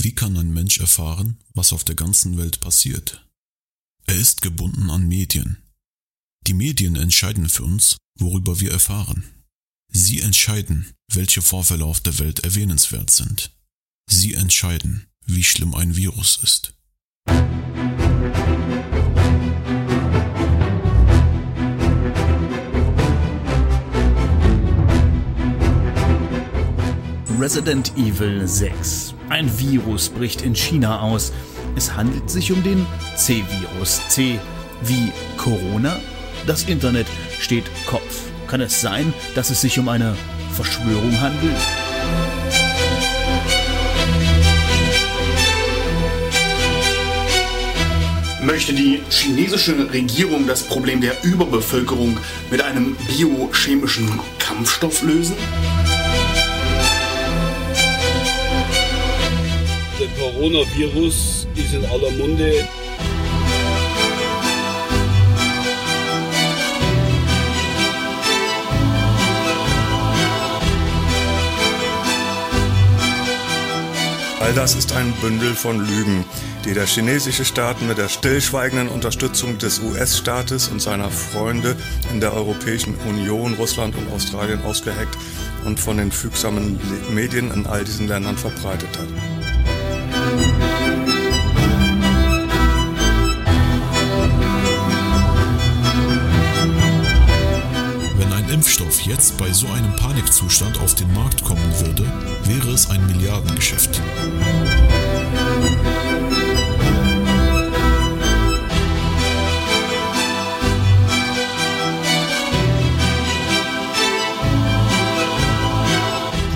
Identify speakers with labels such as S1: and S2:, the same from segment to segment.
S1: Wie kann ein Mensch erfahren, was auf der ganzen Welt passiert? Er ist gebunden an Medien. Die Medien entscheiden für uns, worüber wir erfahren. Sie entscheiden, welche Vorfälle auf der Welt erwähnenswert sind. Sie entscheiden, wie schlimm ein Virus ist.
S2: Resident Evil 6. Ein Virus bricht in China aus. Es handelt sich um den C-Virus. C wie Corona. Das Internet steht Kopf. Kann es sein, dass es sich um eine Verschwörung handelt?
S3: möchte die chinesische Regierung das Problem der Überbevölkerung mit einem biochemischen Kampfstoff lösen?
S4: Der Coronavirus ist in aller Munde.
S5: All das ist ein Bündel von Lügen, die der chinesische Staat mit der stillschweigenden Unterstützung des US-Staates und seiner Freunde in der Europäischen Union, Russland und Australien ausgeheckt und von den fügsamen Le- Medien in all diesen Ländern verbreitet hat.
S1: Wenn ein Impfstoff jetzt bei so einem Panikzustand auf den Markt kommen würde, wäre es ein Milliardengeschäft.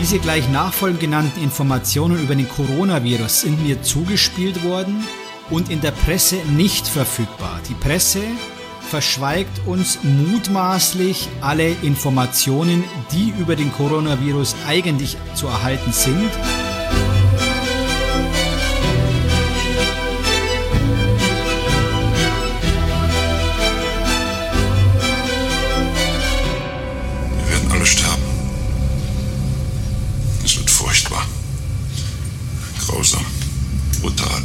S6: Diese gleich nachfolgend genannten Informationen über den Coronavirus sind mir zugespielt worden und in der Presse nicht verfügbar. Die Presse verschweigt uns mutmaßlich alle Informationen, die über den Coronavirus eigentlich zu erhalten sind.
S7: Wir werden alle sterben. Es wird furchtbar. Grausam. Brutal.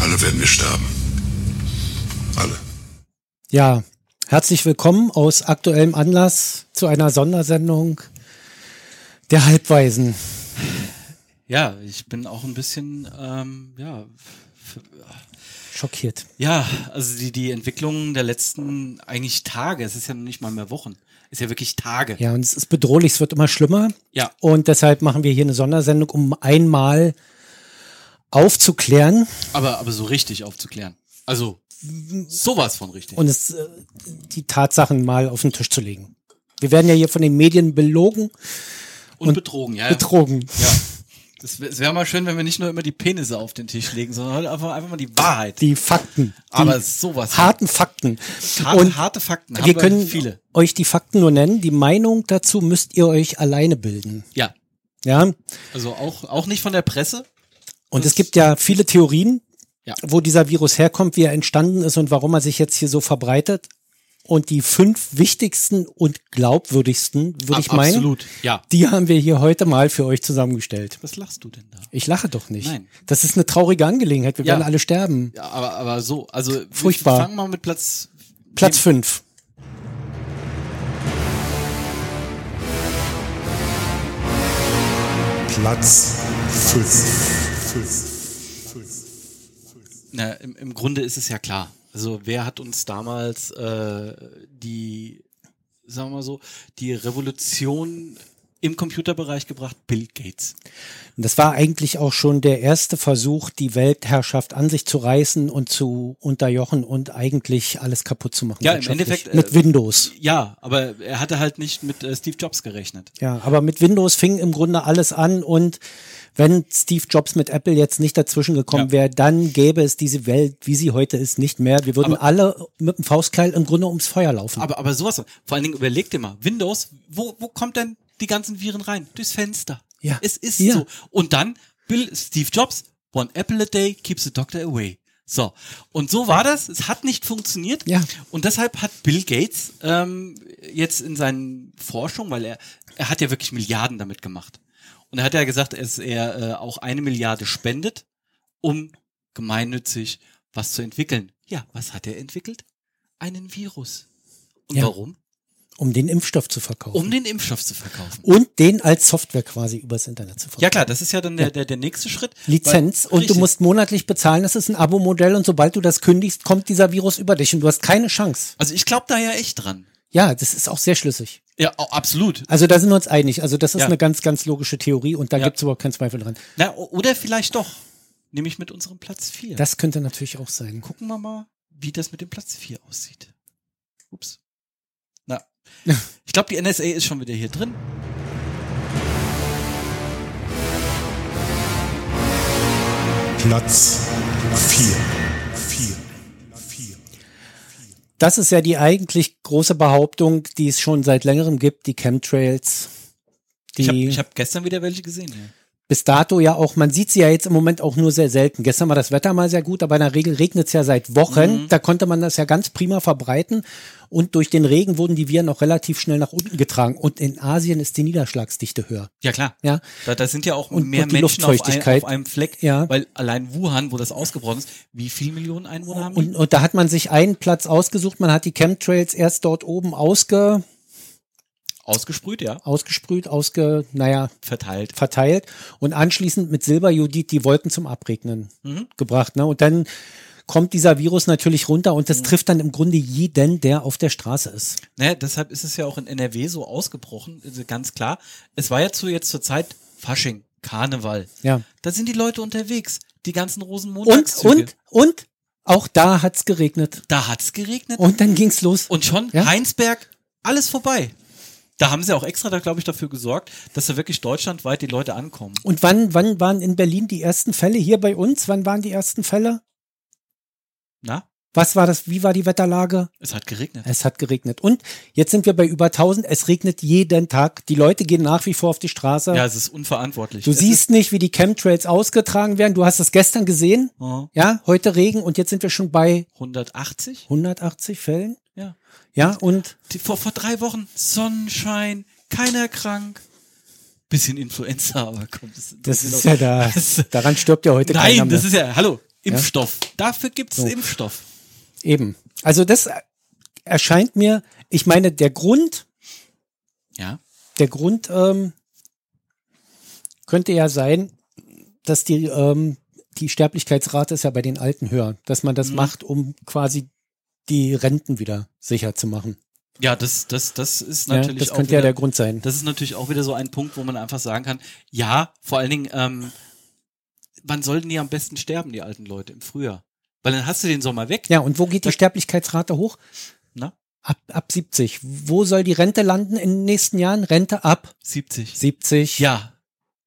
S7: Alle werden wir sterben. Alle.
S8: Ja, herzlich willkommen aus aktuellem Anlass zu einer Sondersendung der Halbweisen.
S9: Ja, ich bin auch ein bisschen, ähm, ja, f-
S8: Schockiert.
S9: ja, also die, die Entwicklung der letzten eigentlich Tage, es ist ja noch nicht mal mehr Wochen, ist ja wirklich Tage.
S8: Ja, und es ist bedrohlich, es wird immer schlimmer.
S9: Ja.
S8: Und deshalb machen wir hier eine Sondersendung, um einmal aufzuklären.
S9: Aber, aber so richtig aufzuklären. Also, sowas von richtig.
S8: und es, äh, die Tatsachen mal auf den Tisch zu legen. Wir werden ja hier von den Medien belogen,
S9: Und
S8: und
S9: betrogen, ja. ja.
S8: betrogen.
S9: Ja. Das wär- Es wäre mal schön, wenn wir nicht nur immer die Penisse auf den Tisch legen, sondern halt einfach, einfach mal die Wahrheit.
S8: Die Fakten. Die
S9: Aber sowas.
S8: harten Fakten.
S9: Harte,
S8: und
S9: harte Fakten haben
S8: wir können
S9: viele.
S8: euch die Fakten nur nennen. Die Meinung dazu müsst ihr euch alleine bilden.
S9: Ja.
S8: Ja.
S9: Also auch, auch nicht von der Presse.
S8: Und
S9: Das-
S8: es gibt ja viele Theorien,
S9: Ja.
S8: wo dieser Virus herkommt, wie er entstanden ist und warum er sich jetzt hier so verbreitet. Und die fünf wichtigsten und glaubwürdigsten, würde ich
S9: Ab-
S8: meinen,
S9: Absolut, ja.
S8: die haben wir hier heute mal für euch zusammengestellt.
S9: Was lachst du denn da?
S8: Ich lache doch nicht.
S9: Nein.
S8: Das ist eine traurige Angelegenheit. Wir
S9: Ja.
S8: werden alle sterben.
S9: Ja, aber, aber so, also
S8: Furchtbar.
S9: wir fangen mal mit Platz
S8: Platz
S9: dem-
S8: 5.
S5: Platz 5.
S9: Na, im, Im Grunde ist es ja klar. Also wer hat uns damals äh, die, sagen wir mal so, die Revolution im Computerbereich gebracht? Bill Gates.
S8: Und das war eigentlich auch schon der erste Versuch, die Weltherrschaft an sich zu reißen und zu unterjochen und eigentlich alles kaputt zu machen.
S9: Ja, im
S8: wirtschaftlich.
S9: Endeffekt, äh,
S8: Mit Windows.
S9: Ja, aber er hatte halt nicht mit äh, Steve Jobs gerechnet.
S8: Ja, aber mit Windows fing im Grunde alles an und wenn Steve Jobs mit Apple jetzt nicht dazwischen gekommen
S9: Ja.
S8: wäre, dann gäbe es diese Welt, wie sie heute ist, nicht mehr. Wir würden
S9: Aber-
S8: alle mit dem Faustkeil im Grunde ums Feuer laufen.
S9: Aber, aber sowas, vor allen Dingen überleg dir mal, Windows, wo, wo kommt denn die ganzen Viren rein? Durchs Fenster.
S8: Ja.
S9: Es ist
S8: Ja.
S9: so. Und dann Bill, Steve Jobs, one apple a day keeps the doctor away. So. Und so war das. Es hat nicht funktioniert.
S8: Ja.
S9: Und deshalb hat Bill Gates ähm, jetzt in seinen Forschungen, weil er, er hat ja wirklich Milliarden damit gemacht. Und er hat ja gesagt, dass er äh, auch eine Milliarde spendet, um gemeinnützig was zu entwickeln. Ja, was hat er entwickelt? Einen Virus. Und
S8: Ja.
S9: warum?
S8: um den Impfstoff zu verkaufen.
S9: Um den Impfstoff zu verkaufen.
S8: und den als Software quasi übers Internet zu verkaufen.
S9: ja klar, das ist ja dann der, der, der nächste Schritt.
S8: Lizenz
S9: Weil-
S8: und
S9: Richtig.
S8: du musst monatlich bezahlen. Das ist ein Abo-Modell und sobald du das kündigst, kommt dieser Virus über dich und du hast keine Chance.
S9: Also ich glaube da ja echt dran.
S8: Ja, das ist auch sehr schlüssig.
S9: Ja, au- absolut.
S8: Also da sind wir uns einig. Also das ist
S9: Ja.
S8: eine ganz, ganz logische Theorie und da
S9: Ja.
S8: gibt's überhaupt keinen Zweifel dran.
S9: Na, o- oder vielleicht doch. Nämlich mit unserem Platz 4.
S8: Das könnte natürlich auch sein.
S9: Gucken wir mal, wie das mit dem Platz 4 aussieht. Ups. Na. Ich glaube, die NSA ist schon wieder hier drin.
S10: Platz 4.
S8: Das ist ja die eigentlich große Behauptung, die es schon seit längerem gibt, die Chemtrails. Die
S9: Ich habe ich hab gestern wieder welche gesehen. Ja.
S8: bis dato ja auch, man sieht sie ja jetzt im Moment auch nur sehr selten. Gestern war das Wetter mal sehr gut, aber in der Regel regnet es ja seit Wochen.
S9: Mhm.
S8: Da konnte man das ja ganz prima verbreiten. Und durch den Regen wurden die Viren auch relativ schnell nach unten getragen. Und in Asien ist die Niederschlagsdichte höher.
S9: Ja, klar.
S8: Ja.
S9: Da, da sind ja auch
S8: Und-
S9: mehr
S8: und die
S9: Menschen auf, ein,
S8: Luftfeuchtigkeit.
S9: auf einem Fleck.
S8: Ja.
S9: Weil allein Wuhan, wo das ausgebrochen ist, wie viele Millionen Einwohner haben die?
S8: Und, und da hat man sich einen Platz ausgesucht. Man hat die Chemtrails erst dort oben ausge,
S9: Ausgesprüht, ja.
S8: ausgesprüht, ausge, naja,
S9: Verteilt.
S8: verteilt und anschließend mit Silberjodid die Wolken zum Abregnen
S9: Mhm.
S8: gebracht. Ne? Und dann kommt dieser Virus natürlich runter und das trifft dann im Grunde jeden, der auf der Straße ist.
S9: Naja, Ne, deshalb ist es ja auch in NRW so ausgebrochen, also ganz klar. Es war ja zu jetzt zur Zeit Fasching, Karneval.
S8: Ja.
S9: Da sind die Leute unterwegs, die ganzen
S8: Und,
S9: Rosenmontagszüge.
S8: und, und auch da hat's geregnet.
S9: Da hat's geregnet und,
S8: Und dann ging's los.
S9: schon
S8: Ja.
S9: Heinsberg, alles vorbei. Da haben sie auch extra, da glaube ich, dafür gesorgt, dass da wirklich deutschlandweit die Leute ankommen.
S8: Und wann, wann waren in Berlin die ersten Fälle? Hier bei uns, wann waren die ersten Fälle?
S9: Na,
S8: Was war das? Wie war die Wetterlage?
S9: es hat geregnet.
S8: Es hat geregnet. Und jetzt sind wir bei über 1000. Es regnet jeden Tag. Die Leute gehen nach wie vor auf die Straße.
S9: Ja, es ist unverantwortlich.
S8: du
S9: es
S8: siehst nicht, wie die Chemtrails ausgetragen werden. Du hast es gestern gesehen.
S9: Ist, oh,
S8: Ja, heute Regen und jetzt sind wir schon bei
S9: 180?
S8: 180 Fällen.
S9: Ja.
S8: Ja, und
S9: Die, vor, vor drei Wochen Sonnenschein, keiner krank. Bisschen Influenza, aber komm. Das,
S8: das ist ja da.
S9: Das-
S8: Daran stirbt ja heute keiner
S9: Nein,
S8: mehr.
S9: das ist ja, hallo, Impfstoff. Dafür gibt's
S8: So.
S9: einen Impfstoff.
S8: Eben. Also das äh, erscheint mir, ich meine, der Grund,
S9: Ja.
S8: der Grund ähm, könnte ja sein, dass die, ähm, die Sterblichkeitsrate ist ja bei den Alten höher, dass man
S9: Mhm.
S8: das macht, um quasi die Renten wieder sicher zu machen.
S9: Ja, das, das, das ist
S8: Ja,
S9: natürlich
S8: das
S9: auch
S8: könnte
S9: wieder,
S8: ja der Grund sein.
S9: Das ist natürlich auch wieder so ein Punkt, wo man einfach sagen kann, ja, vor allen Dingen, ähm, wann sollten die am besten sterben, die alten Leute im Frühjahr? Weil dann hast du den Sommer weg.
S8: Ja, und wo geht die Sterblichkeitsrate hoch?
S9: Na?
S8: Ab, ab 70. Wo soll die Rente landen in den nächsten Jahren? Rente ab
S9: 70.
S8: 70.
S9: Ja.
S8: Ne?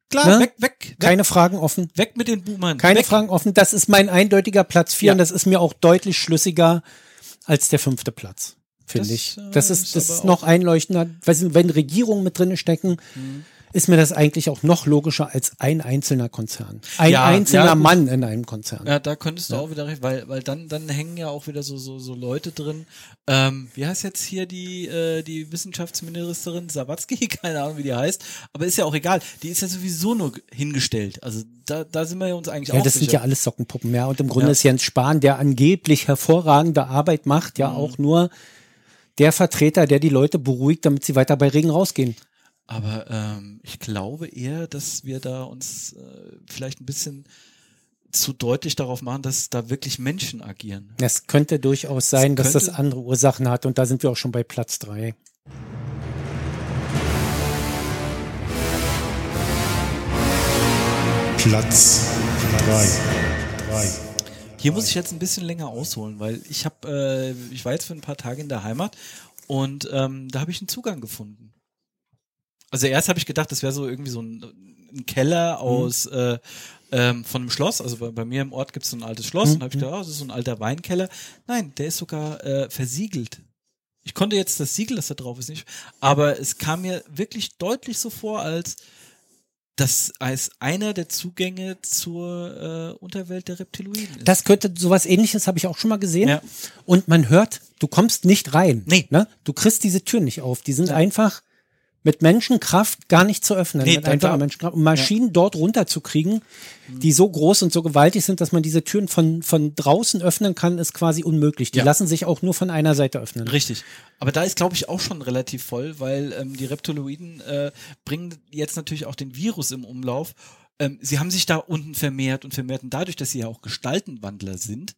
S9: Klar, weg, weg, weg,
S8: Keine Fragen offen.
S9: weg mit den Boomern.
S8: Keine
S9: weg.
S8: Fragen offen. Das ist mein eindeutiger Platz vier
S9: Ja.
S8: und das ist mir auch deutlich schlüssiger als der fünfte Platz, finde
S9: Das,
S8: ich.
S9: äh,
S8: Das ist,
S9: ist
S8: das
S9: aber
S8: ist noch einleuchtender. Weißt du, wenn Regierungen mit drinne stecken,
S9: Mhm.
S8: ist mir das eigentlich auch noch logischer als ein einzelner Konzern. Ein
S9: Ja,
S8: einzelner
S9: ja, gut.
S8: Mann in einem Konzern.
S9: Ja, da könntest du auch wieder recht, weil, weil dann, dann hängen ja auch wieder so, so, so Leute drin. Ähm, wie heißt jetzt hier die, äh, die Wissenschaftsministerin Sawatzki? Keine Ahnung, wie die heißt. Aber ist ja auch egal. Die ist ja sowieso nur ge- hingestellt. Also da, da sind wir uns eigentlich
S8: Ja,
S9: auch
S8: das sind ja
S9: sicher.
S8: alles Sockenpuppen, ja. Und im Grunde
S9: Ja.
S8: ist Jens Spahn, der angeblich hervorragende Arbeit macht,
S9: Mhm.
S8: ja auch nur der Vertreter, der die Leute beruhigt, damit sie weiter bei Regen rausgehen.
S9: Aber ähm, ich glaube eher, dass wir da uns äh, vielleicht ein bisschen zu deutlich darauf machen, dass da wirklich Menschen agieren.
S8: Es könnte durchaus sein,
S9: Das
S8: dass das
S9: könnte-
S8: andere Ursachen hat und da sind wir auch schon bei Platz drei.
S10: Platz 3.
S9: Hier muss ich jetzt ein bisschen länger ausholen, weil ich habe, äh, ich war jetzt für ein paar Tage in der Heimat und ähm, da habe ich einen Zugang gefunden. Also erst habe ich gedacht, das wäre so irgendwie so ein, ein Keller aus äh, ähm, von einem Schloss. Also bei, bei mir im Ort gibt es so ein altes Schloss und habe ich gedacht, oh, das ist so ein alter Weinkeller. Nein, der ist sogar äh, versiegelt. Ich konnte jetzt das Siegel, das da drauf ist, nicht, aber es kam mir wirklich deutlich so vor, als das als einer der Zugänge zur äh, Unterwelt der Reptiloiden ist.
S8: Das könnte sowas ähnliches habe ich auch schon mal gesehen.
S9: Ja.
S8: Und man hört, du kommst nicht rein.
S9: Nee.
S8: Ne? Du kriegst diese Tür nicht auf. Die sind einfach mit Menschenkraft gar nicht zu öffnen.
S9: Nee,
S8: mit
S9: na
S8: einfacher
S9: klar.
S8: Menschenkraft. Um Maschinen dort runterzukriegen, die so groß und so gewaltig sind, dass man diese Türen von, von draußen öffnen kann, ist quasi unmöglich. Die
S9: Ja.
S8: lassen sich auch nur von einer Seite öffnen.
S9: Richtig. Aber da ist, glaube ich, auch schon relativ voll, weil ähm, die Reptiloiden äh, bringen jetzt natürlich auch den Virus im Umlauf. Ähm, sie haben sich da unten vermehrt und vermehrt. Und dadurch, dass sie ja auch Gestaltenwandler sind,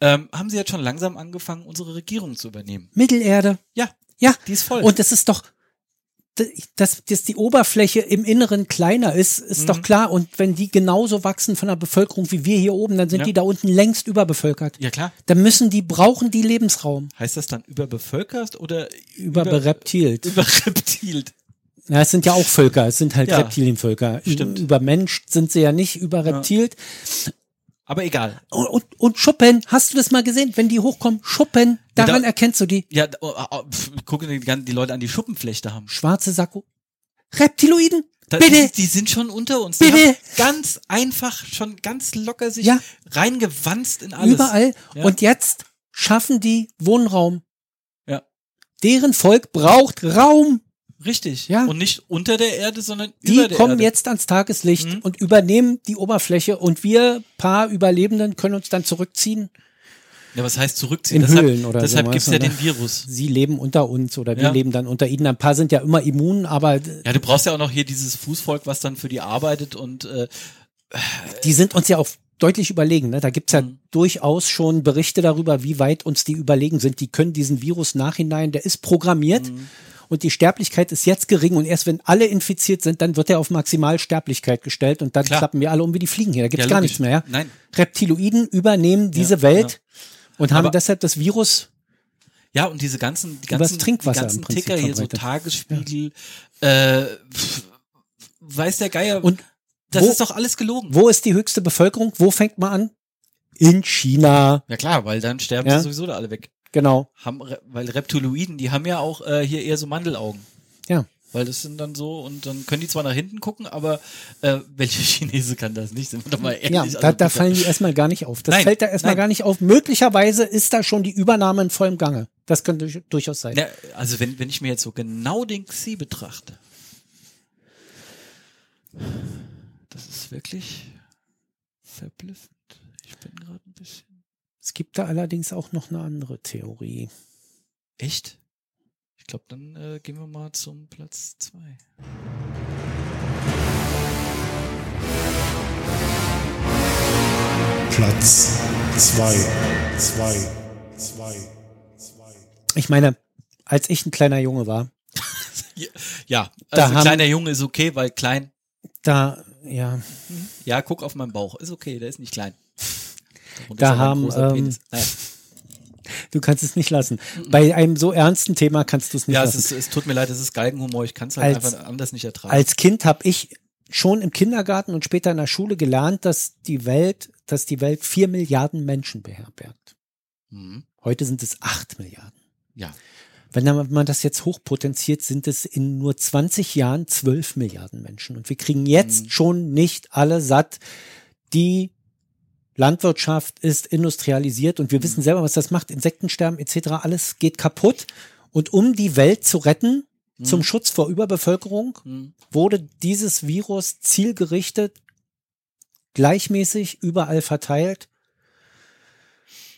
S9: ähm, haben sie jetzt schon langsam angefangen, unsere Regierung zu übernehmen.
S8: Mittelerde.
S9: Ja,
S8: Ja.
S9: die ist voll.
S8: Und das ist doch, dass, dass die Oberfläche im Inneren kleiner ist, ist
S9: Mhm.
S8: doch klar. Und wenn die genauso wachsen von der Bevölkerung wie wir hier oben, dann sind
S9: Ja.
S8: die da unten längst überbevölkert.
S9: ja, klar.
S8: Dann müssen die, brauchen die Lebensraum.
S9: Heißt das dann überbevölkert oder
S8: Überbereptilt.
S9: über- Überreptilt?
S8: Na, es sind ja auch Völker, es sind halt
S9: Ja.
S8: Reptilienvölker. Ü-
S9: Stimmt.
S8: Übermenscht sind sie ja nicht, überreptilt.
S9: Aber egal.
S8: Und, und, und Schuppen, hast du das mal gesehen? Wenn die hochkommen, Schuppen,
S9: Ja,
S8: daran
S9: da-
S8: erkennst du die.
S9: Ja, d- oh, oh, pf, gucken die, gan- die Leute an, die Schuppenflechte haben.
S8: Schwarze Sakko. Reptiloiden,
S9: Da,
S8: bitte.
S9: Die, die sind schon unter uns. Die
S8: Bitte.
S9: haben ganz einfach, schon ganz locker sich
S8: Ja.
S9: reingewanzt in alles.
S8: Überall.
S9: Ja.
S8: Und jetzt schaffen die Wohnraum.
S9: Ja.
S8: Deren Volk braucht Raum.
S9: Richtig.
S8: Ja.
S9: Und nicht unter der Erde, sondern
S8: Die
S9: über der
S8: kommen
S9: Erde.
S8: jetzt ans Tageslicht
S9: Mhm.
S8: und übernehmen die Oberfläche und wir paar Überlebenden können uns dann zurückziehen.
S9: Ja, was heißt zurückziehen?
S8: in
S9: deshalb
S8: Höhlen oder so,
S9: deshalb
S8: weißt
S9: gibt's
S8: du,
S9: ja
S8: ne?
S9: den Virus.
S8: Sie leben unter uns oder wir
S9: Ja.
S8: leben dann unter ihnen. Ein paar sind ja immer immun, aber
S9: Ja, du brauchst ja auch noch hier dieses Fußvolk, was dann für die arbeitet und äh,
S8: die sind uns ja auch deutlich überlegen. Ne? Da gibt's ja
S9: Mhm.
S8: durchaus schon Berichte darüber, wie weit uns die überlegen sind. Die können diesen Virus nachhinein, der ist programmiert.
S9: Mhm.
S8: Und die Sterblichkeit ist jetzt gering und erst wenn alle infiziert sind, dann wird er auf Maximalsterblichkeit gestellt und dann
S9: Klar.
S8: klappen wir alle um wie die Fliegen hier. Da gibt's
S9: Ja,
S8: gar
S9: logisch.
S8: nichts mehr. Ja?
S9: Nein.
S8: Reptiloiden übernehmen diese
S9: Ja,
S8: Welt und haben
S9: Aber-
S8: deshalb das Virus
S9: ja, und diese ganzen, die
S8: Übers
S9: ganzen, die
S8: Trinkwasser im
S9: ganzen
S8: Prinzip
S9: Ticker hier, so
S8: verbreitet.
S9: Tagesspiegel, äh, pf, weiß der Geier.
S8: Und
S9: das
S8: wo-
S9: ist doch alles gelogen.
S8: Wo ist die höchste Bevölkerung? Wo fängt man an? In China.
S9: Ja klar, weil dann sterben
S8: Ja.
S9: sie sowieso da alle weg.
S8: Genau.
S9: Haben, Re- weil Reptiloiden, die haben ja auch äh, hier eher so Mandelaugen.
S8: Ja.
S9: Weil das sind dann so, und dann können die zwar nach hinten gucken, aber äh, welche Chinese kann das nicht? Sind wir doch mal ehrlich.
S8: Ja,
S9: Also
S8: da, da
S9: bitte.
S8: fallen die erstmal gar nicht auf. Das
S9: Nein,
S8: fällt da erstmal
S9: nein.
S8: gar nicht auf. Möglicherweise ist da schon die Übernahme in vollem Gange. Das könnte durch- durchaus sein.
S9: Na, also wenn, wenn ich mir jetzt so genau den Xi betrachte, das ist wirklich verblüffend. Ich bin gerade ein bisschen.
S8: Es gibt da allerdings auch noch eine andere Theorie.
S9: Echt? Ich glaube, dann äh, gehen wir mal zum Platz zwei.
S10: Platz zwei, zwei, zwei, zwei.
S8: Ich meine, als ich ein kleiner Junge war,
S9: Ja,
S8: Da
S9: also
S8: haben-
S9: kleiner Junge ist okay, weil klein.
S8: da, ja,
S9: Ja, guck auf meinen Bauch. Ist okay, der ist nicht klein. Und
S8: Da
S9: ist aber ein
S8: haben,
S9: großer
S8: ähm,
S9: Penis. Naja.
S8: du kannst es nicht lassen. Bei einem so ernsten Thema kannst du es nicht
S9: Mhm. Ja, es,
S8: lassen.
S9: ist, es tut mir leid, es ist Galgenhumor. Ich kann es halt
S8: Als-
S9: einfach anders nicht ertragen.
S8: Als Kind habe ich schon im Kindergarten und später in der Schule gelernt, dass die Welt, dass die Welt vier Milliarden Menschen beherbergt.
S9: mhm.
S8: Heute sind es 8 Milliarden.
S9: Ja.
S8: Wenn dann- man das jetzt hochpotenziert, sind es in nur 20 Jahren 12 Milliarden Menschen. Und wir kriegen jetzt schon nicht alle satt. Die Landwirtschaft ist industrialisiert und wir wissen selber, was das macht. Insektensterben etc. Alles geht kaputt. Und um die Welt zu retten, zum Schutz vor Überbevölkerung,
S9: Mhm.
S8: wurde dieses Virus zielgerichtet, gleichmäßig überall verteilt,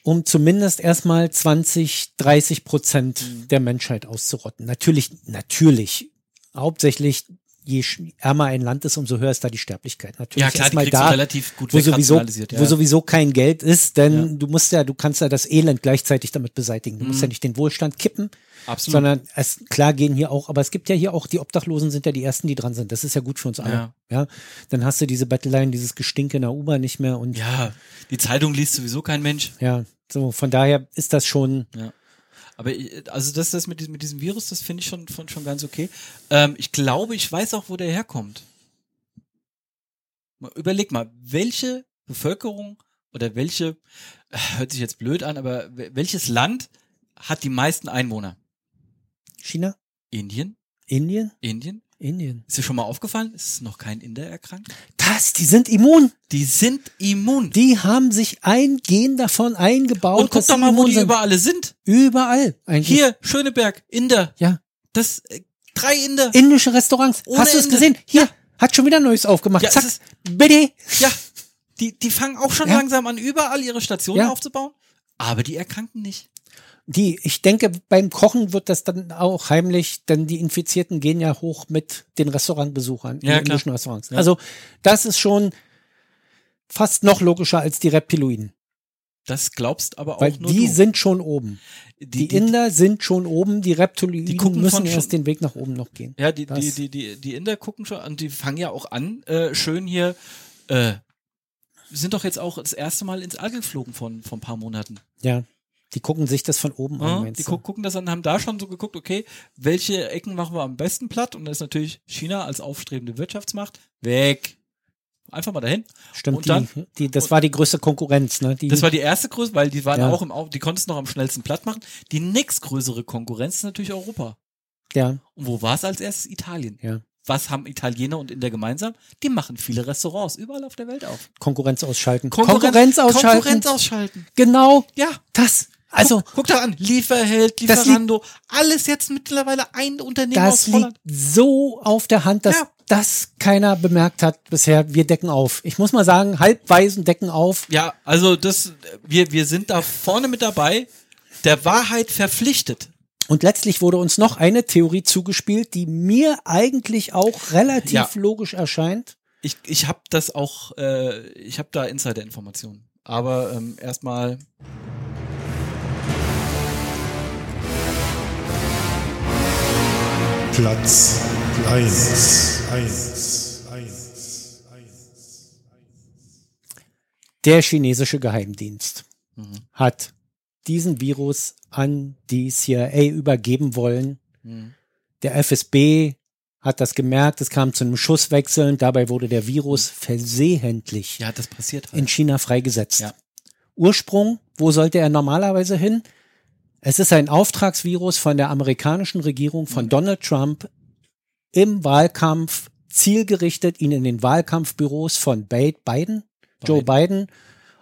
S8: um zumindest erstmal 20, 30 Prozent
S9: Mhm.
S8: der Menschheit auszurotten. Natürlich, natürlich, hauptsächlich, je sch- ärmer ein Land ist, umso höher ist da die Sterblichkeit. Natürlich
S9: Ja, klar, die
S8: erstmal
S9: kriegst du
S8: da,
S9: relativ gut
S8: wo
S9: weg,
S8: sowieso,
S9: rationalisiert, ja.
S8: wo sowieso kein Geld ist, denn
S9: Ja. Mhm.
S8: du musst ja, du kannst ja das Elend gleichzeitig damit beseitigen. Du musst ja nicht den Wohlstand kippen,
S9: Absolut.
S8: sondern es, klar gehen hier auch, aber es gibt ja hier auch, die Obdachlosen sind ja die Ersten, die dran sind. Das ist ja gut für uns alle. Ja.
S9: Ja.
S8: Dann hast du diese Battleline, dieses Gestinke in der U-Bahn nicht mehr und ja.
S9: Ja, die Zeitung liest sowieso kein Mensch.
S8: so von daher ist das schon,
S9: Aber ich, also das, das mit, diesem, mit diesem Virus, das finde ich schon, von, schon ganz okay. Ähm, ich glaube, ich weiß auch, wo der herkommt. Mal Überleg mal, welche Bevölkerung oder welche, äh, hört sich jetzt blöd an, aber wel- welches Land hat die meisten Einwohner?
S8: China,
S9: Indien?
S8: Indien,
S9: Indien?
S8: Indien.
S9: Ist dir schon mal aufgefallen? Ist noch kein Inder erkrankt?
S8: Das, die sind immun.
S9: Die sind immun.
S8: Die haben sich ein Gen davon eingebaut.
S9: Und guck
S8: dass
S9: doch
S8: sie
S9: mal, wo
S8: immun
S9: die
S8: sind.
S9: überall sind.
S8: überall eigentlich.
S9: Hier, Schöneberg, Inder.
S8: Ja.
S9: Das äh, drei Inder.
S8: Indische Restaurants.
S9: Ohne
S8: Hast du es
S9: Ende.
S8: gesehen? Hier, hat schon wieder Neues aufgemacht.
S9: Ja, es
S8: Zack.
S9: ist-
S8: Bitte.
S9: Ja, die, die fangen auch schon
S8: Ja.
S9: langsam an, überall ihre Stationen
S8: Ja.
S9: aufzubauen. Aber die erkranken nicht.
S8: Die, ich denke, beim Kochen wird das dann auch heimlich, denn die Infizierten gehen ja hoch mit den Restaurantbesuchern
S9: Ja,
S8: in
S9: klar.
S8: indischen Restaurants.
S9: Ja.
S8: Also, das ist schon fast noch logischer als die Reptiloiden.
S9: Das glaubst aber auch
S8: Weil
S9: nur
S8: die
S9: du.
S8: sind schon oben.
S9: die,
S8: Die,
S9: die-
S8: Inder sind schon oben, die Reptiloiden
S9: Die gucken
S8: müssen
S9: von schon-
S8: erst den Weg nach oben noch gehen.
S9: Ja, die,
S8: Das-
S9: die, die, die, die Inder gucken schon und die fangen ja auch an, äh, schön hier, äh, sind doch jetzt auch das erste Mal ins All geflogen von, von ein paar Monaten.
S8: Ja. Die gucken sich das von oben an,
S9: Ja,
S8: meinst
S9: die
S8: du?
S9: gu gucken das an, haben da schon so geguckt, okay, welche Ecken machen wir am besten platt? Und da ist natürlich China als aufstrebende Wirtschaftsmacht weg. Einfach mal dahin.
S8: Stimmt,
S9: Und dann-
S8: die, die, das war die größte Konkurrenz, ne? Die,
S9: Das war die erste Größe, weil die waren
S8: Ja.
S9: auch im Auf, die konntest du noch am schnellsten platt machen. Die nächstgrößere Konkurrenz ist natürlich Europa.
S8: ja,
S9: Und wo war es als erstes? Italien.
S8: ja.
S9: Was haben Italiener und Inder gemeinsam? Die machen viele Restaurants überall auf der Welt auf.
S8: Konkurrenz ausschalten.
S9: Konkurrenz,
S8: Konkurrenz ausschalten.
S9: Konkurrenz ausschalten.
S8: Genau.
S9: Ja.
S8: Das. Also,
S9: guck, guck da an, Lieferheld,
S8: Das liegt-
S9: Lieferando, alles jetzt mittlerweile ein Unternehmen
S8: das
S9: aus Holland.
S8: liegt so auf der Hand, dass
S9: Ja.
S8: das keiner bemerkt hat bisher. Wir decken auf. Ich muss mal sagen, halbweisen decken auf.
S9: Ja, also das, wir, wir sind da vorne mit dabei, der Wahrheit verpflichtet.
S8: Und letztlich wurde uns noch eine Theorie zugespielt, die mir eigentlich auch relativ
S9: Ja.
S8: logisch erscheint.
S9: Ich, ich habe das auch, äh, ich habe da Insider-Informationen. Aber ähm, erstmal,
S10: Platz eins, eins, eins, eins.
S8: Der chinesische Geheimdienst
S9: mhm,
S8: hat diesen Virus an die CIA übergeben wollen.
S9: mhm.
S8: Der FSB hat das gemerkt, es kam zu einem Schusswechsel und dabei wurde der Virus versehentlich
S9: ja, das passiert
S8: in
S9: halt.
S8: China freigesetzt.
S9: Ja.
S8: Ursprung, wo sollte er normalerweise hin? Es ist ein Auftragsvirus von der amerikanischen Regierung, von
S9: Mhm.
S8: Donald Trump, im Wahlkampf zielgerichtet, ihn in den Wahlkampfbüros von Ba- Biden, Joe Biden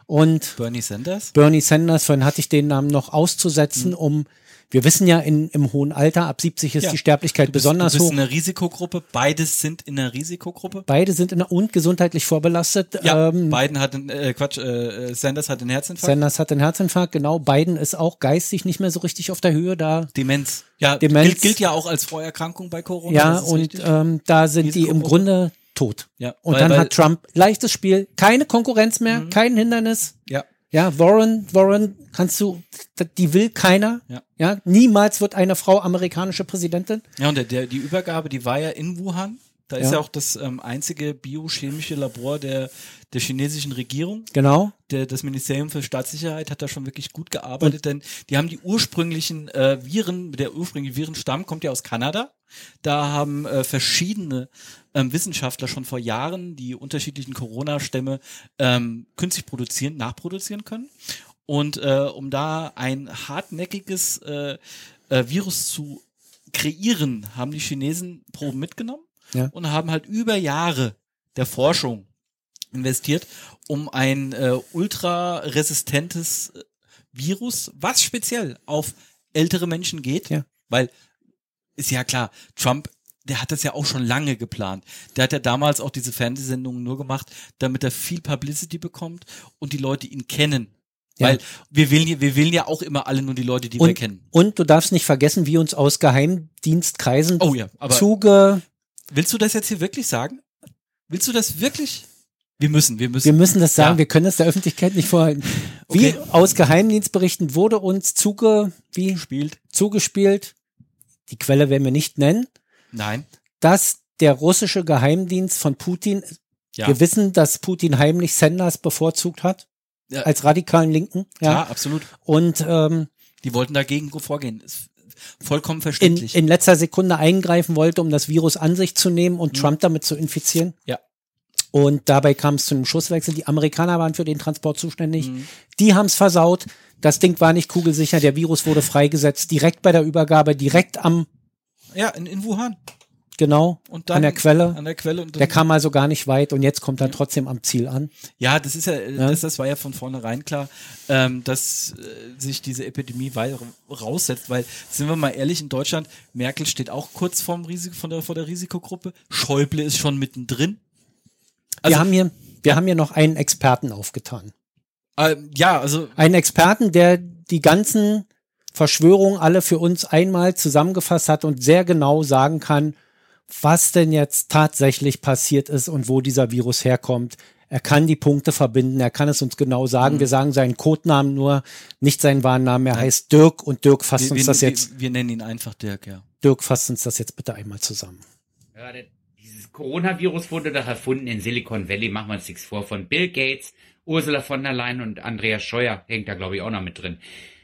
S8: und
S9: Bernie Sanders?
S8: Bernie Sanders, vorhin hatte ich den Namen noch auszusetzen, um, wir wissen ja, in, im hohen Alter, ab 70 ist
S9: Mhm. Ja.
S8: die Sterblichkeit
S9: Du bist,
S8: besonders
S9: du bist ne-
S8: hoch.
S9: in einer Risikogruppe, beides sind in einer Risikogruppe.
S8: Beide sind in, und gesundheitlich vorbelastet.
S9: Ja,
S8: ähm,
S9: Biden hat einen, äh, Quatsch, äh, äh, Sanders hat einen Herzinfarkt.
S8: Sanders hat einen Herzinfarkt, genau. Biden ist auch geistig nicht mehr so richtig auf der Höhe da.
S9: Demenz. Ja,
S8: Demenz.
S9: Gilt, gilt ja auch als Vorerkrankung bei Corona.
S8: ja,
S9: das ist
S8: und
S9: richtig.
S8: ähm, da sind die im
S9: Risikogruppe.
S8: Grunde tot.
S9: Ja,
S8: Und
S9: weil-
S8: dann
S9: weil-
S8: hat Trump leichtes Spiel, keine Konkurrenz mehr, kein Hindernis.
S9: ja.
S8: Ja, Warren, Warren, kannst du, d- die will keiner.
S9: Ja.
S8: ja, niemals wird eine Frau amerikanische Präsidentin.
S9: Ja, und der, der, die Übergabe, die war ja in Wuhan. Da ist
S8: Ja.
S9: ja auch das ähm, einzige biochemische Labor der, der chinesischen Regierung.
S8: Genau.
S9: Der, das Ministerium für Staatssicherheit hat da schon wirklich gut gearbeitet, denn die haben die ursprünglichen äh, Viren, der ursprüngliche Virenstamm kommt ja aus Kanada. Da haben äh, verschiedene ähm, Wissenschaftler schon vor Jahren die unterschiedlichen Corona-Stämme ähm, künstlich produzieren, nachproduzieren können. Und äh, um da ein hartnäckiges äh, äh, Virus zu kreieren, haben die Chinesen Proben mitgenommen
S8: Ja.
S9: und haben halt über Jahre der Forschung investiert, um ein äh, ultraresistentes äh, Virus, was speziell auf ältere Menschen geht,
S8: Ja.
S9: weil ist ja klar, Trump, der hat das ja auch schon lange geplant. Der hat ja damals auch diese Fernsehsendungen nur gemacht, damit er viel Publicity bekommt und die Leute ihn kennen.
S8: Ja.
S9: Weil wir wählen, ja- wir wählen ja auch immer alle nur die Leute, die wir
S8: Und,
S9: kennen.
S8: und du darfst nicht vergessen, wie uns aus Geheimdienstkreisen
S9: Oh ja, aber
S8: zuge,
S9: willst du das jetzt hier wirklich sagen? Willst du das wirklich? Wir müssen, wir müssen.
S8: Wir müssen das sagen,
S9: Ja.
S8: wir können das der Öffentlichkeit nicht vorhalten. Wie
S9: Okay.
S8: aus Geheimdienstberichten wurde uns zuge, wie
S9: Spielt.
S8: zugespielt, die Quelle werden wir nicht nennen,
S9: Nein.
S8: dass der russische Geheimdienst von Putin,
S9: Ja.
S8: wir wissen, dass Putin heimlich Sanders bevorzugt hat,
S9: Ja.
S8: als radikalen Linken,
S9: Ja,
S8: ja.
S9: absolut.
S8: Und ähm,
S9: Die wollten dagegen vorgehen. Ist vollkommen
S8: in,
S9: verständlich.
S8: in letzter Sekunde eingreifen wollte, um das Virus an sich zu nehmen und Trump damit zu infizieren.
S9: Mhm. Ja.
S8: Und dabei kam es zu einem Schusswechsel. Die Amerikaner waren für den Transport zuständig.
S9: Mhm.
S8: Die haben es versaut. Das Ding war nicht kugelsicher. Der Virus wurde freigesetzt. Direkt bei der Übergabe, direkt am
S9: ja, in, in Wuhan.
S8: genau,
S9: Und dann- Mhm.
S8: an der Quelle.
S9: an der Quelle und dann-
S8: der kam also gar nicht weit und jetzt kommt er trotzdem am Ziel an.
S9: Ja, das ist ja, Das, das war ja von vornherein klar, ähm, dass äh, sich diese Epidemie weiter raussetzt, weil, sind wir mal ehrlich, in Deutschland, Merkel steht auch kurz vorm Risiko, von der, vor der Risikogruppe, Schäuble ist schon mittendrin. Also
S8: wir haben hier, wir haben hier noch einen Experten aufgetan.
S9: Ähm, ja, also
S8: Einen Experten, der die ganzen Verschwörungen alle für uns einmal zusammengefasst hat und sehr genau sagen kann, was denn jetzt tatsächlich passiert ist und wo dieser Virus herkommt. Er kann die Punkte verbinden, er kann es uns genau sagen. Wir sagen seinen Codenamen nur, nicht seinen wahren Namen. Er heißt Dirk und Dirk fasst
S9: wir,
S8: uns
S9: wir, ne-
S8: das
S9: wir,
S8: jetzt.
S9: wir nennen ihn einfach Dirk, ja.
S8: Dirk fasst uns das jetzt bitte einmal zusammen.
S11: Ja, der- dieses Coronavirus wurde doch erfunden in Silicon Valley, machen wir uns nichts vor, von Bill Gates, Ursula von der Leyen und Andreas Scheuer, hängt da glaube ich auch noch mit drin.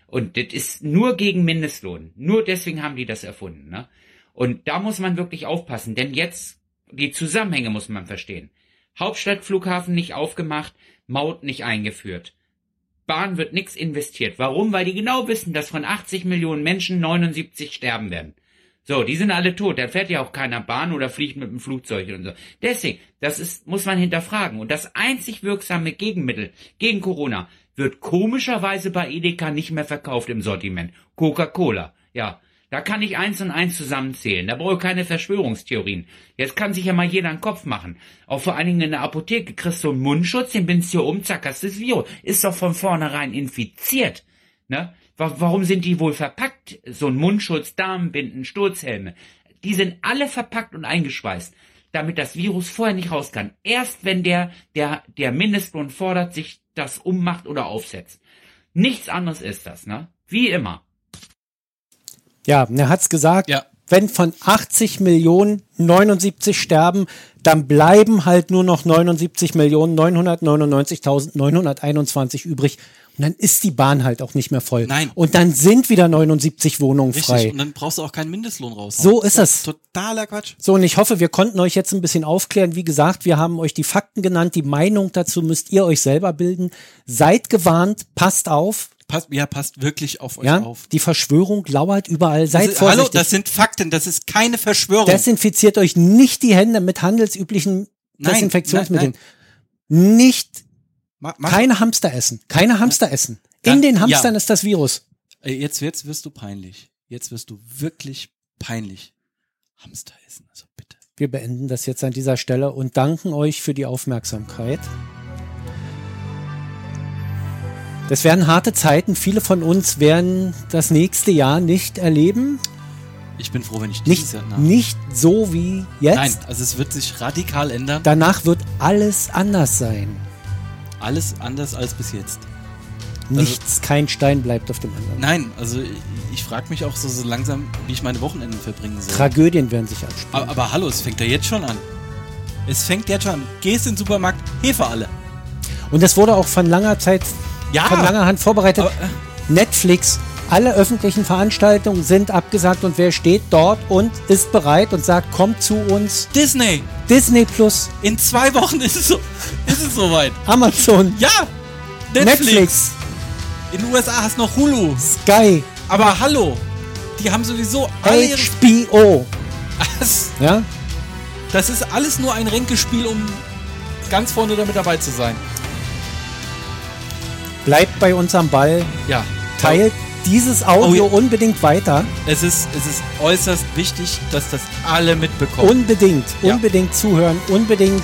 S11: Und das ist nur gegen Mindestlohn. Nur deswegen haben die das erfunden. Ne? Und da muss man wirklich aufpassen, denn jetzt die Zusammenhänge muss man verstehen. Hauptstadtflughafen nicht aufgemacht, Maut nicht eingeführt. Bahn wird nichts investiert. Warum? Weil die genau wissen, dass von 80 Millionen Menschen 79 sterben werden. So, die sind alle tot. Da fährt ja auch keiner Bahn oder fliegt mit dem Flugzeug und so. Deswegen, das ist, muss man hinterfragen. Und das einzig wirksame Gegenmittel gegen Corona wird komischerweise bei Edeka nicht mehr verkauft im Sortiment. Coca-Cola. Ja. Da kann ich eins und eins zusammenzählen. Da brauche ich keine Verschwörungstheorien. Jetzt kann sich ja mal jeder einen Kopf machen. Auch vor allen Dingen in der Apotheke kriegst du einen Mundschutz, den bindst du um, zack, hast du das Virus. Ist doch von vornherein infiziert. Ne? Wa- Warum sind die wohl verpackt? So ein Mundschutz, Damenbinden, Sturzhelme. Die sind alle verpackt und eingeschweißt, damit das Virus vorher nicht raus kann. Erst wenn der, der, der Mindestlohn fordert, sich das ummacht oder aufsetzt. Nichts anderes ist das, ne? Wie immer.
S8: Ja, und er hat's gesagt. Wenn von 80 Millionen 79 sterben, dann bleiben halt nur noch 79 Millionen 999.921 übrig. Und dann ist die Bahn halt auch nicht mehr voll.
S9: Nein.
S8: Und dann sind wieder 79 Wohnungen
S9: Richtig.
S8: frei.
S9: Und dann brauchst du auch keinen Mindestlohn raus.
S8: So ist es.
S9: Totaler Quatsch.
S8: So, und ich hoffe, wir konnten euch jetzt ein bisschen aufklären. Wie gesagt, wir haben euch die Fakten genannt. Die Meinung dazu müsst ihr euch selber bilden. Seid gewarnt, passt auf.
S9: Passt, ja, passt wirklich auf euch
S8: ja,
S9: auf.
S8: die Verschwörung lauert überall. Seid
S9: das ist,
S8: vorsichtig.
S9: hallo, das sind Fakten, das ist keine Verschwörung.
S8: Desinfiziert euch nicht die Hände mit handelsüblichen
S9: Nein,
S8: Desinfektionsmitteln.
S9: nein,
S8: Nicht,
S9: Ma- mach-
S8: keine Hamster essen. Keine Hamster essen.
S9: Ja,
S8: In den Hamstern
S9: ja.
S8: ist das Virus.
S9: Ey, Jetzt, jetzt wirst du peinlich. Jetzt wirst du wirklich peinlich. Hamster essen. Also bitte.
S8: Wir beenden das jetzt an dieser Stelle und danken euch für die Aufmerksamkeit. Das werden harte Zeiten. Viele von uns werden das nächste Jahr nicht erleben.
S9: Ich bin froh, wenn ich
S8: Nicht,
S9: dieses Jahr nach-
S8: nicht so wie jetzt.
S9: Nein, also es wird sich radikal ändern.
S8: Danach wird alles anders sein.
S9: Alles anders als bis jetzt. Also
S8: Nichts, kein Stein bleibt auf dem anderen.
S9: Nein, also ich, ich frage mich auch so, so langsam, wie ich meine Wochenenden verbringen soll.
S8: Tragödien werden sich abspielen.
S9: aber, aber hallo, es fängt ja jetzt schon an. Es fängt jetzt schon an. Gehst in den Supermarkt, Hefe alle.
S8: Und das wurde auch von langer Zeit,
S9: Ja.
S8: von langer Hand vorbereitet.
S9: äh,
S8: Netflix, alle öffentlichen Veranstaltungen sind abgesagt und wer steht dort und ist bereit und sagt, kommt zu uns.
S9: Disney,
S8: Disney Plus,
S9: in zwei Wochen ist es, so, ist es soweit.
S8: Amazon,
S9: Ja, Netflix.
S8: Netflix.
S9: In den USA hast du noch Hulu.
S8: Sky,
S9: Aber hallo, die haben sowieso alle ihre...
S8: HBO.
S9: Das,
S8: Ja?
S9: das ist alles nur ein Ränkespiel, um ganz vorne damit dabei zu sein.
S8: Bleibt bei uns am Ball,
S9: Ja.
S8: teilt dieses Audio
S9: Oh ja.
S8: unbedingt weiter.
S9: Es ist, es ist äußerst wichtig, dass das alle mitbekommen.
S8: Unbedingt,
S9: Ja.
S8: unbedingt zuhören, unbedingt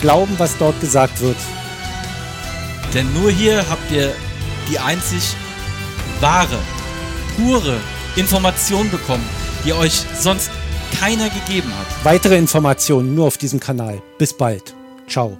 S8: glauben, was dort gesagt wird.
S9: Denn nur hier habt ihr die einzig wahre, pure Information bekommen, die euch sonst keiner gegeben hat.
S8: Weitere Informationen nur auf diesem Kanal. Bis bald. Ciao.